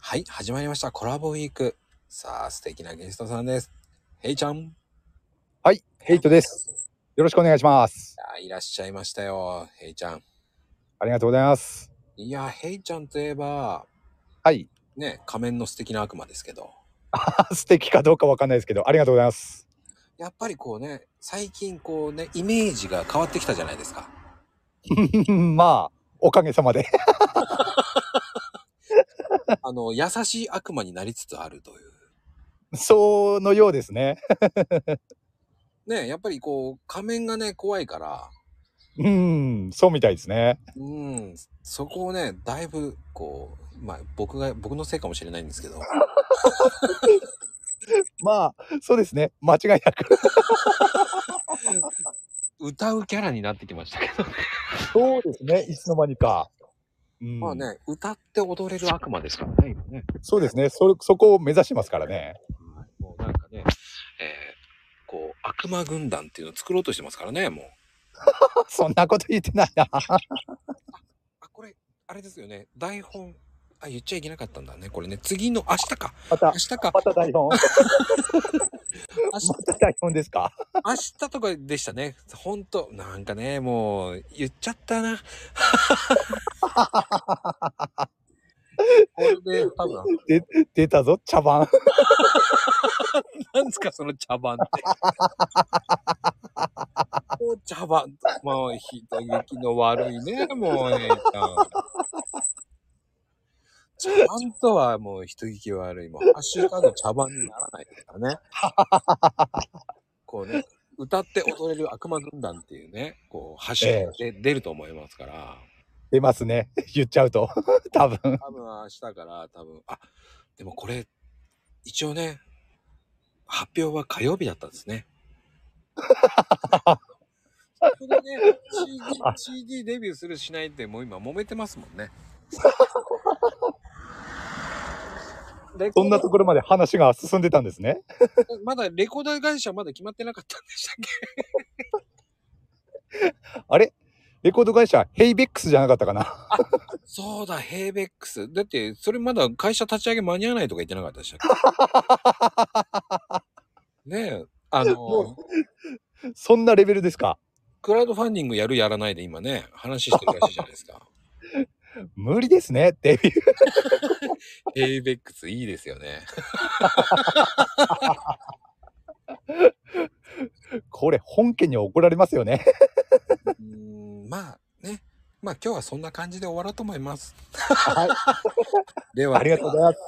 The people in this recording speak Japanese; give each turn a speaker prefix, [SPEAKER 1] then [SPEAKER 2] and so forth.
[SPEAKER 1] はい、始まりました。コラボウィーク。さあ、素敵なゲストさんです。ヘイちゃん。
[SPEAKER 2] はい、ヘイトです。よろしくお願いします。
[SPEAKER 1] あいらっしゃいましたよ、ヘイちゃん。
[SPEAKER 2] ありがとうございます。
[SPEAKER 1] いや、ヘイちゃんといえば、
[SPEAKER 2] はい。
[SPEAKER 1] ね、仮面の素敵な悪魔ですけど、
[SPEAKER 2] 素敵かどうかわかんないですけど、ありがとうございます。
[SPEAKER 1] やっぱりこうね、最近こうね、イメージが変わってきたじゃないですか。
[SPEAKER 2] まあ、おかげさまで。
[SPEAKER 1] あの、優しい悪魔になりつつあるという。
[SPEAKER 2] そのようですね。
[SPEAKER 1] ね、やっぱりこう、仮面がね、怖いから、
[SPEAKER 2] うん、そうみたいですね。
[SPEAKER 1] うん、そこをね、だいぶ、こう、まあ、僕が、僕のせいかもしれないんですけど、
[SPEAKER 2] まあ、そうですね。間違いなく。
[SPEAKER 1] 歌うキャラになってきましたけど。
[SPEAKER 2] そうですね。いつの間にか。うん、
[SPEAKER 1] まあね、歌って踊れる悪魔ですからね、今ね。
[SPEAKER 2] そうですねそ。そこを目指してますからね。
[SPEAKER 1] もうなんかね、えー、こう、悪魔軍団っていうのを作ろうとしてますからね、もう。
[SPEAKER 2] そんなこと言ってない な。
[SPEAKER 1] あ、これ、あれですよね、台本。あ、言っちゃいけなかったんだね、これね。次の明日か。
[SPEAKER 2] また
[SPEAKER 1] 明、日か。
[SPEAKER 2] また台本。
[SPEAKER 1] 明日
[SPEAKER 2] また台本ですか。
[SPEAKER 1] 明日とかでしたね。ほんと、なんかね、もう、言っちゃった な。これで、多分、
[SPEAKER 2] で出たぞ、茶番。
[SPEAKER 1] なんですか、その茶番って。もう茶番。もう、ひどい気の悪いね、もう、えいちゃん。茶番とはもう人聞き悪い。もう、ハッシュタグ茶番にならないですからね。こうね、歌って踊れる悪魔軍団っていうね、こう、ハッシュタグで出ると思いますから、
[SPEAKER 2] 出ますね。言っちゃうと。 多分。
[SPEAKER 1] 多分明日から多分、あ、でもこれ、一応ね、発表は火曜日だったんですね。それでね CD、CD デビューするしないってもう今揉めてますもんね。レコ
[SPEAKER 2] そ
[SPEAKER 1] ー
[SPEAKER 2] んなところまで話が進んでたんですね。
[SPEAKER 1] ドまだレコード会社まだ決まってなかったんでしたっけ
[SPEAKER 2] あれレコード会社、ヘイベックスじゃなかったかな
[SPEAKER 1] そうだ、ヘイベックス。だって、それまだ会社立ち上げ間に合わないとか言ってなかったでしたっ けねえ、あの
[SPEAKER 2] も、そんなレベルですか
[SPEAKER 1] クラウドファンディングやるやらないで今ね、話してるらしいじゃないです か。
[SPEAKER 2] 無理ですね、デビュー。
[SPEAKER 1] ヘイベックスいいですよね。
[SPEAKER 2] これ、本家に怒られますよね。
[SPEAKER 1] う ーん、まあね。まあ今日はそんな感じで終わろうと思います。
[SPEAKER 2] はい、
[SPEAKER 1] では、
[SPEAKER 2] ありがとうございます。